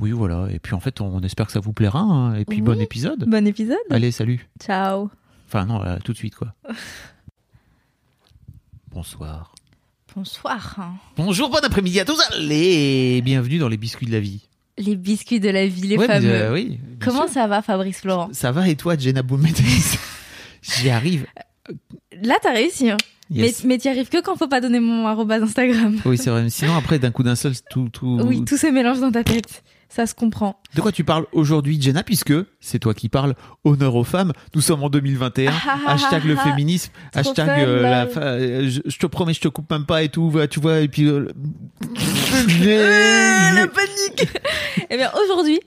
Oui, voilà. Et puis en fait, on espère que ça vous plaira. hein. Et puis Oui. bon épisode. Bon épisode. Allez, salut. Ciao. Enfin non, euh, tout de suite quoi. Bonsoir. Bonsoir. hein. Bonjour, bon après-midi à tous. Allez, bienvenue dans les biscuits de la vie. Les biscuits de la vie, les Ouais, mais, fameux. euh, oui, bien Comment sûr. ça va, Fabrice Florent ça va et toi, Jenna Boumedis J'y arrive. Là, t'as réussi. hein. Yes. Mais, mais t'y arrives que quand faut pas donner mon arroba Instagram. Oui, c'est vrai. mais Sinon, après, d'un coup d'un seul, tout, tout... Oui, tout se mélange dans ta tête. Ça se comprend. De quoi tu parles aujourd'hui, Jenna Puisque c'est toi qui parles. Honneur aux femmes. Nous sommes en 2021. Ah, ah, hashtag ah, le ah. féminisme. Trop hashtag fun, euh, la lol. fa- euh, je, je te promets, je te coupe même pas et tout. voilà, Tu vois, et puis. euh, le- la panique Eh bien, aujourd'hui,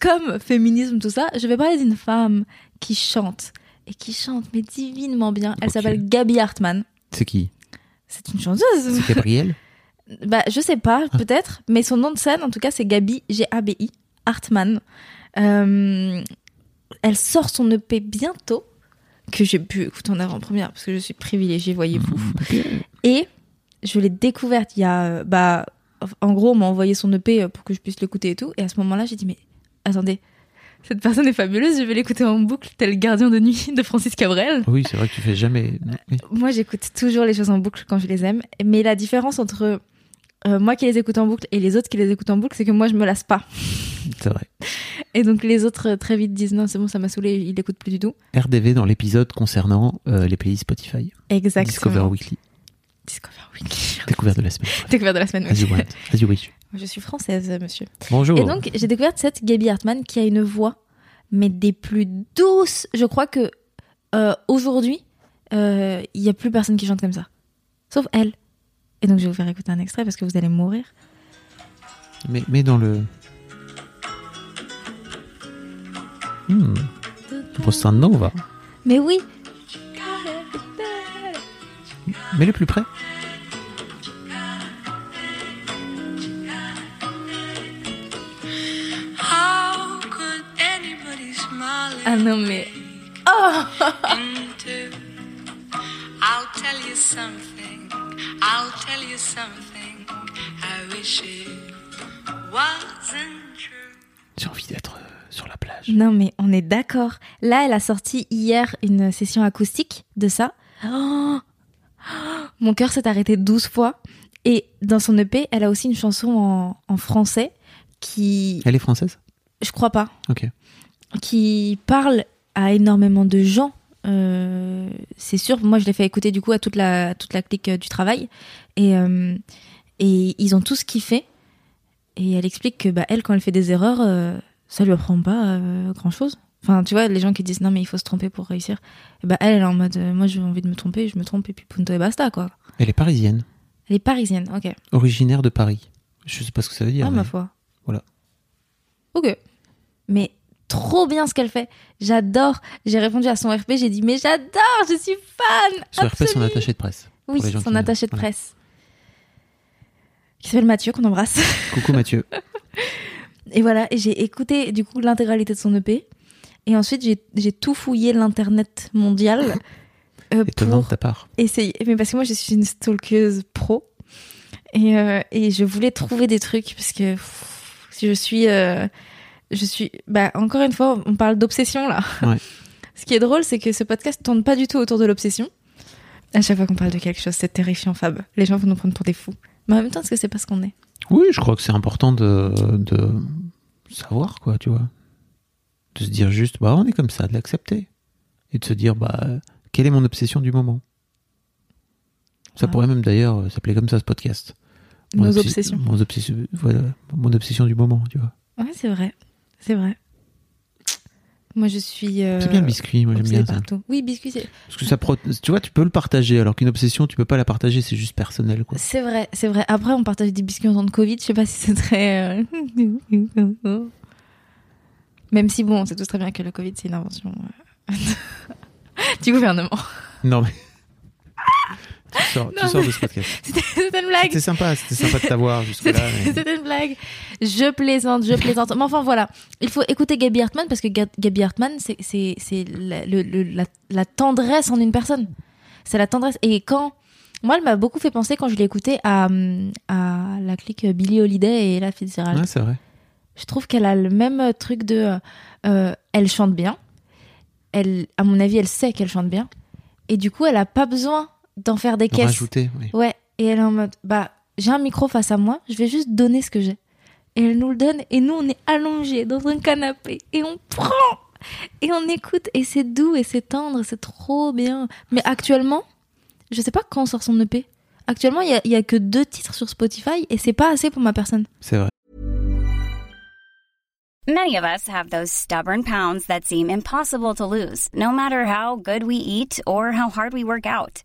comme féminisme, tout ça, je vais parler d'une femme qui chante. Et qui chante, mais divinement bien. Elle Ok. s'appelle Gabi Hartmann. c'est qui C'est une chanteuse. C'est Gabriel Bah, je sais pas, peut-être. Mais son nom de scène, en tout cas, c'est Gabi, G-A-B-I, Hartmann. Euh, elle sort son EP bientôt, que j'ai pu écouter en avant-première, parce que je suis privilégiée, voyez-vous. Et je l'ai découverte il y a. euh, Bah, en gros, on m'a envoyé son EP pour que je puisse l'écouter et tout. Et à ce moment-là, j'ai dit, mais attendez, cette personne est fabuleuse, je vais l'écouter en boucle, tel gardien de nuit de Francis Cabrel. Oui, c'est vrai que tu fais jamais. Oui. Moi, j'écoute toujours les choses en boucle quand je les aime. Mais la différence entre euh, moi qui les écoute en boucle et les autres qui les écoutent en boucle, c'est que moi, je me lasse pas. C'est vrai. Et donc, les autres euh, très vite disent non, c'est bon, ça m'a saoulé, il l'écoute plus du tout. RDV dans l'épisode concernant euh, les pays Spotify. Exactement. Discover Weekly. Discover Weekly. Découverte de la semaine. Découverte de la semaine. As you oui. want. As you wish. Je suis française, monsieur. Bonjour. Et donc, j'ai découvert cette Gabi Hartmann qui a une voix, mais des plus douces. Je crois que euh, aujourd'hui, euh, il n'y a plus personne qui chante comme ça. Sauf elle. Et donc, je vais vous faire écouter un extrait parce que vous allez mourir. mais, mais dans le. Hmm. Bossa Nova. Mais oui, Mais le plus près. How could anybody smile at Ah non mais into? I'll tell you something. I'll tell you something. I wish it wasn't true. J'ai envie d'être euh, sur la plage. non mais on est d'accord. Là, elle a sorti hier une session acoustique de ça. Oh Mon cœur s'est arrêté 12 fois et dans son EP, elle a aussi une chanson en, en français qui Elle est française je crois pas Ok. qui parle à énormément de gens. Euh, c'est sûr, moi je l'ai fait écouter du coup à toute la, toute la clique euh, du travail. Et, euh, et ils ont tous kiffé. Et elle explique que bah, elle, quand elle fait des erreurs, euh, ça lui apprend pas euh, grand chose. Enfin, tu vois, les gens qui disent non, mais il faut se tromper pour réussir. Et bah, elle, elle est en mode euh, moi j'ai envie de me tromper, je me trompe et puis punto et basta quoi. Elle est parisienne, Elle est parisienne, ok. originaire de Paris. Je sais pas ce que ça veut dire. Ah, mais- ma foi. Voilà. Ok. Mais trop bien ce qu'elle fait. J'adore. J'ai répondu à son RP, j'ai dit mais j'adore, je suis fan. Sur RP, son absolue. attaché de presse. Oui, les gens son qui- attaché de voilà. presse. Qui s'appelle Mathieu, qu'on embrasse. Coucou Mathieu. Euh, Et voilà, et j'ai écouté du coup l'intégralité de son EP. Et ensuite, j'ai- j'ai tout fouillé l'internet mondial euh, Étonnant de pour ta part. essayer. Mais parce que moi, je suis une stalkeuse pro. Et, euh, et je voulais trouver des trucs parce que pff, si je suis. euh, je suis. Bah, encore une fois, on parle d'obsession là. Ouais. Ce qui est drôle, c'est que ce podcast tourne pas du tout autour de l'obsession. À chaque fois qu'on parle de quelque chose, c'est terrifiant, Fab. Les gens vont nous prendre pour des fous. Mais en même temps, est-ce que c'est pas ce qu'on est Oui, je crois que c'est important de, de savoir, quoi, tu vois. de se dire juste, bah, on est comme ça, de l'accepter. Et de se dire, bah, quelle est mon obsession du moment Ça Ouais. pourrait même d'ailleurs euh, s'appeler comme ça, ce podcast. Ah. Nos obsé- obsessions. Mon, obsession, voilà, mon obsession du moment, tu vois. Ouais, c'est vrai. C'est vrai. Moi, je suis. euh, C'est bien le biscuit, moi j'aime obsédée bien ça. partout. Oui, biscuit, c'est. Parce que ça, pro- tu vois, tu peux le partager, alors qu'une obsession, tu peux pas la partager, c'est juste personnel, quoi. C'est vrai, c'est vrai. Après, on partage des biscuits en temps de Covid. Je sais pas si c'est très. euh, Même si, bon, on sait tous très bien que le Covid, c'est une invention euh, du gouvernement. Non, mais. tu sors, tu Non, sors de mais- ce podcast. C'était c'était une blague. C'était sympa, c'était sympa de t'avoir jusque-là. C'était mais- c'était une blague. Je plaisante, je plaisante. Mais enfin, voilà. Il faut écouter Gabi Hartmann parce que Ga- Gabi Hartmann, c'est- c'est c'est la, le- le- la- la tendresse en une personne. C'est la tendresse. Et quand. Moi, elle m'a beaucoup fait penser quand je l'ai écoutée à, hum, à la clique Billie Holiday et la Fitzgerald. Ouais, c'est vrai. Je trouve qu'elle a le même euh, truc de. euh, euh, elle chante bien. Elle, à mon avis, elle sait qu'elle chante bien. Et du coup, elle a pas besoin d'en faire des De caisses. Rajouter, oui. Ouais, et elle est en mode, bah, j'ai un micro face à moi, je vais juste donner ce que j'ai. Et elle nous le donne, et nous, on est allongés dans un canapé, et on prend, et on écoute, et c'est doux, et c'est tendre, c'est trop bien. Mais actuellement, je sais pas quand sort son EP. Actuellement, il y a- il y, a que deux titres sur Spotify, et c'est pas assez pour ma personne. C'est vrai. Many of us have those stubborn pounds that seem impossible to lose, no matter how good we eat or how hard we work out.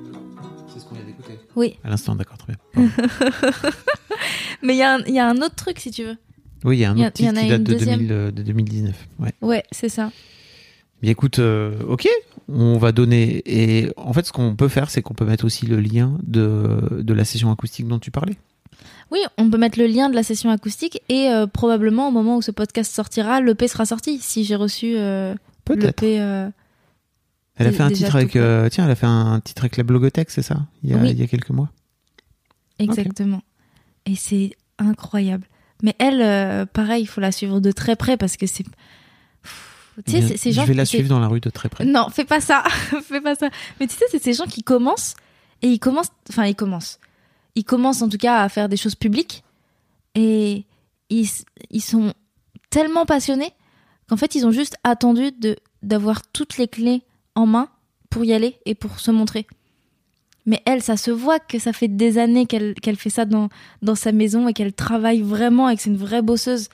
C'est ce qu'on vient d'écouter. Oui. À l'instant, d'accord, très bien. Pardon. Mais il y, a un- il y a un autre truc, si tu veux. Oui, il y a un Il y a- autre titre il y en a qui date une de, deuxième. 2000, euh, de 2019. Ouais. Ouais, c'est ça. Bien écoute, euh, ok, on va donner. Et en fait, ce qu'on peut faire, c'est qu'on peut mettre aussi le lien de, de la session acoustique dont tu parlais. Oui, on peut mettre le lien de la session acoustique, et euh, probablement, au moment où ce podcast sortira, l'EP sera sorti, si j'ai reçu euh, Peut-être. l'EP... euh, Elle a Dé- fait un déjà titre tout avec. prêt. euh, tiens, elle a fait un titre avec la Blogothèque, c'est ça il y, a, Oui. il y a quelques mois. Exactement. Et c'est incroyable. Mais elle, euh, pareil, il faut la suivre de très près parce que c'est. Pff, Tu sais, Bien, c'est ces gens. je vais la qui- suivre dans la rue de très près. Non, fais pas ça, fais pas ça. Mais tu sais, c'est ces gens qui commencent et ils commencent, enfin ils commencent, ils commencent en tout cas à faire des choses publiques et ils, s- ils sont tellement passionnés qu'en fait ils ont juste attendu de d'avoir toutes les clés en main pour y aller et pour se montrer. Mais elle, ça se voit que ça fait des années qu'elle qu'elle fait ça dans, dans sa maison et qu'elle travaille vraiment et que c'est une vraie bosseuse.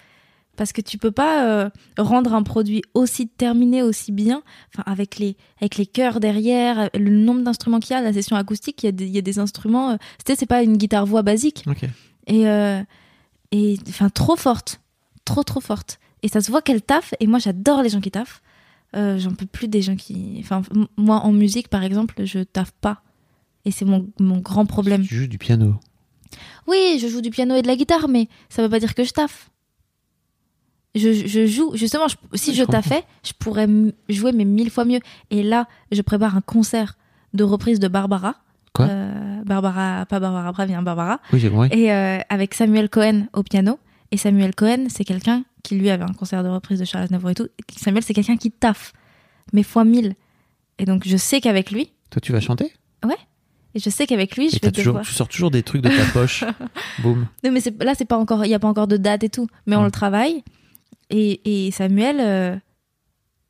Parce que tu peux pas euh, rendre un produit aussi terminé, aussi bien, enfin, avec les avec les chœurs derrière, euh, le nombre d'instruments qu'il y a, la session acoustique, il y a des, il y a des instruments. euh, tu sais, c'est pas une guitare voix basique. Ok. Et euh, et enfin trop forte, trop trop forte. Et ça se voit qu'elle taffe. Et moi, j'adore les gens qui taffent. Euh, J'en peux plus des gens qui. Enfin, m- moi en musique, par exemple, je taffe pas. Et c'est mon, mon grand problème. Tu joues du piano. Oui, je joue du piano et de la guitare, mais ça veut pas dire que je taffe. Je, je joue, justement, je- si Je je, comprends. taffais, je pourrais m- jouer mais mille fois mieux. Et là, je prépare un concert de reprise de Barbara. Quoi Euh, Barbara, pas Barbara Bravi, hein, Barbara. Oui, j'ai compris. Et euh, avec Samuel Cohen au piano. Et Samuel Cohen, c'est quelqu'un qui lui avait un concert de reprise de Charles Aznavour et tout. Et Samuel, c'est quelqu'un qui taffe, mais fois mille. Et donc, je sais qu'avec lui, Toi, tu vas chanter et je sais qu'avec lui, je Et t'as vais toujours- devoir. tu sors toujours des trucs de ta poche. Boum. Non, mais c'est- là, c'est pas encore, il y a pas encore de date et tout, mais on Ouais. le travaille. Et, et Samuel, euh,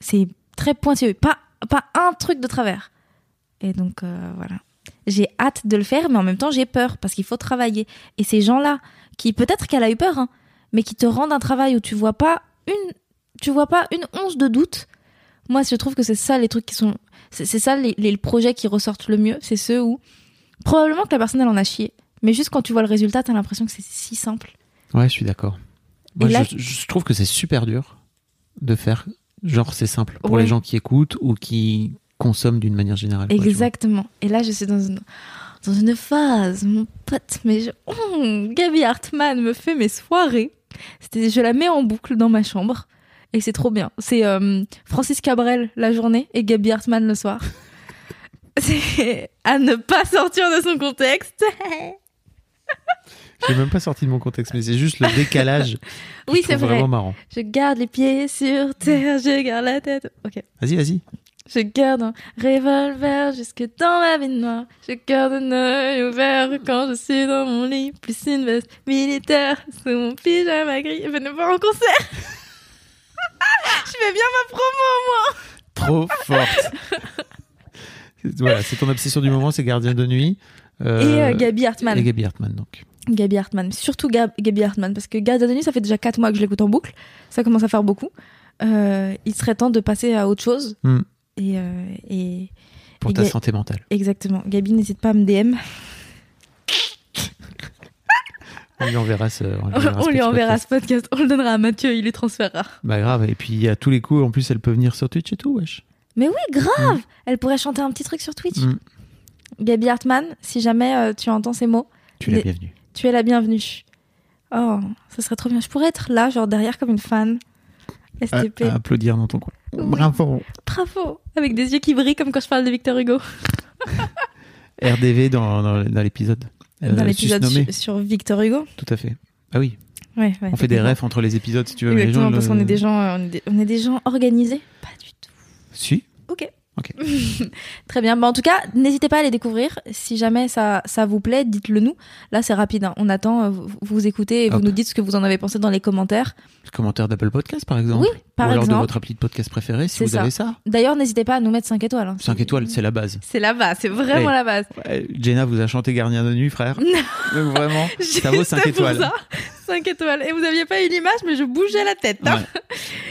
c'est très pointilleux, pas pas un truc de travers. Et donc euh, voilà, j'ai hâte de le faire, mais en même temps j'ai peur parce qu'il faut travailler. Et ces gens-là, qui peut-être qu'elle a eu peur, hein, mais qui te rendent un travail où tu vois pas une, tu vois pas une once de doute. Moi, je trouve que c'est ça les trucs qui sont C'est c'est ça les, les projets qui ressortent le mieux, c'est ceux où probablement que la personne elle en a chié, mais juste quand tu vois le résultat, t'as l'impression que c'est si simple. Ouais, je suis d'accord. Moi, Et là- je, je trouve que c'est super dur de faire. Genre, c'est simple pour Ouais. les gens qui écoutent ou qui consomment d'une manière générale. quoi, tu vois. Exactement. Et là, je suis dans une, dans une phase, mon pote, mais je- Hum, Gabi Hartmann me fait mes soirées. C'était, je la mets en boucle dans ma chambre et c'est trop bien. C'est euh, Francis Cabrel la journée et Gabi Hartmann le soir. C'est à ne pas sortir de son contexte. Je l'ai même pas sorti de mon contexte, mais c'est juste le décalage. que Oui, je c'est trouve vrai. vraiment marrant. Je garde les pieds sur terre, je garde la tête. Ok. Vas-y, vas-y. Je garde un revolver jusque dans ma baignoire. Je garde un œil ouvert quand je suis dans mon lit. Plus une veste militaire sous mon pyjama gris. Venez voir en concert. je fais bien ma Trop promo, forte. voilà, c'est ton obsession du moment, c'est Gardien de nuit. moi. euh, Et euh, Gabi et Hartmann. Gabi Hartmann, donc. Gabi Hartmann. Surtout Gab- Gabi Hartmann. Parce que Garde Denis, ça fait déjà 4 mois que je l'écoute en boucle. Ça commence à faire beaucoup. Euh, il serait temps de passer à autre chose. Hmm. Et, euh, et Pour Et ta Ga- santé mentale. exactement. Gabi, n'hésite pas à me DM. On lui enverra ce. On On lui ce enverra podcast. ce podcast. On le donnera à Mathieu. Il les transférera. Bah grave, et puis à tous les coups, en plus, elle peut venir sur Twitch et tout, wesh. Mais oui, grave Elle pourrait chanter un petit truc sur Twitch. Mm. Gabi Hartmann, si jamais euh, tu entends ces mots, Tu l'as Mais- bienvenue. tu es la bienvenue. Oh, ça serait trop bien. Je pourrais être là, genre derrière comme une fan. Ah, STP. À- à applaudir dans ton coin. Oui. Bravo. Bravo Avec des yeux qui brillent comme quand je parle de Victor Hugo. RDV dans, dans, dans l'épisode. Euh, Dans l'épisode susnommé. sur, sur Victor Hugo. Tout à fait. Ah oui, Ouais, ouais, on fait des exactement. refs entre les épisodes si tu veux. mais les Exactement, gens, parce le- qu'on est, des gens, euh, on, est des, on est des gens organisés. Pas du tout. Si, Ok. Ok. Très bien. Bah, en tout cas, n'hésitez pas à les découvrir. Si jamais ça, ça vous plaît, dites-le nous. Là, c'est rapide. hein. On attend. euh, Vous, vous écoutez et Hop. vous nous dites ce que vous en avez pensé dans les commentaires. le commentaire d'Apple Podcast par exemple. Oui, par Ou alors de exemple. votre appli de podcast préféré si C'est vous ça. avez ça. D'ailleurs, n'hésitez pas à nous mettre 5 étoiles. hein. 5 étoiles, c'est la base. C'est la base. C'est vraiment Ouais. la base. Ouais, Jenna vous a chanté Gardien de nuit, frère. Donc vraiment, ça vaut 5 étoiles. 5 étoiles. Et vous n'aviez pas une image, mais je bougeais la tête. hein.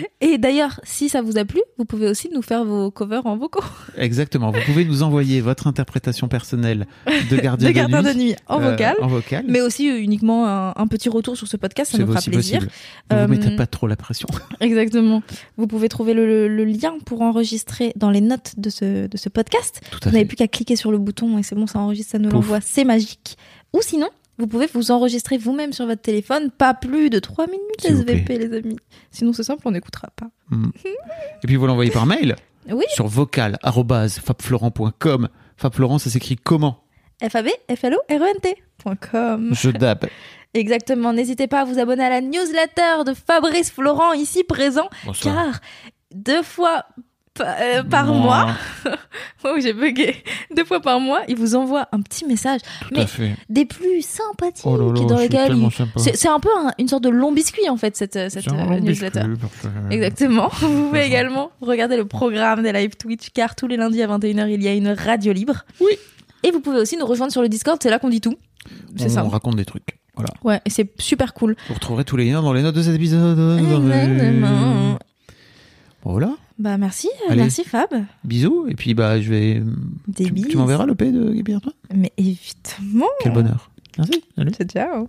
Ouais, Et d'ailleurs, si ça vous a plu, vous pouvez aussi nous faire vos covers en vocaux. exactement. Vous pouvez nous envoyer votre interprétation personnelle de Gardien de de, Gardien nuit. de nuit en euh, vocal. en vocal. Mais aussi euh, uniquement un, un petit retour sur ce podcast, ça C'est nous fera aussi plaisir. possible. Vous Euh, vous mettez pas trop la pression. Exactement. Vous pouvez trouver le, le- le lien pour enregistrer dans les notes de ce, de ce podcast. Tout à Vous n'avez fait. plus qu'à cliquer sur le bouton et c'est bon, ça enregistre, ça nous Pouf. l'envoie. C'est magique. Ou sinon, vous pouvez vous enregistrer vous-même sur votre téléphone, pas plus de 3 minutes S'il vous SVP, les amis. Sinon, c'est simple, on n'écoutera pas. Et puis vous l'envoyez par mail Oui, sur vocal@fabflorent.com. Fabflorent, ça s'écrit comment FAB, FLO, RENT. .com. Je dab. Exactement. N'hésitez pas à vous abonner à la newsletter de Fabrice Florent, ici présent, Bonsoir. car deux fois pa- euh, par mois, Oh, j'ai bugué. Deux fois par mois, il vous envoie un petit message, Tout mais à fait. des plus sympathiques Oh là là, dans je suis lesquels tellement il- sympa. c'est c'est un peu un- une sorte de long biscuit en fait cette, euh, cette C'est un euh, long newsletter. biscuit, parce que- Exactement. Vous pouvez Bonjour. également regarder le programme des live Twitch car tous les lundis à 21h il y a une radio libre. Oui. Et vous pouvez aussi nous rejoindre sur le Discord, c'est là qu'on dit tout. On C'est ça. raconte des trucs. Voilà. Ouais, et c'est super cool. Vous retrouverez tous les liens dans les notes de cet épisode. Exactement. Bon, Voilà. Bah merci, euh, Allez. merci Fab. Bisous. Et puis bah je vais. Des tu bises. tu m'enverras le P de Gabi Hartmann Mais évidemment. Quel bonheur. Merci. Salut. Ciao, ciao.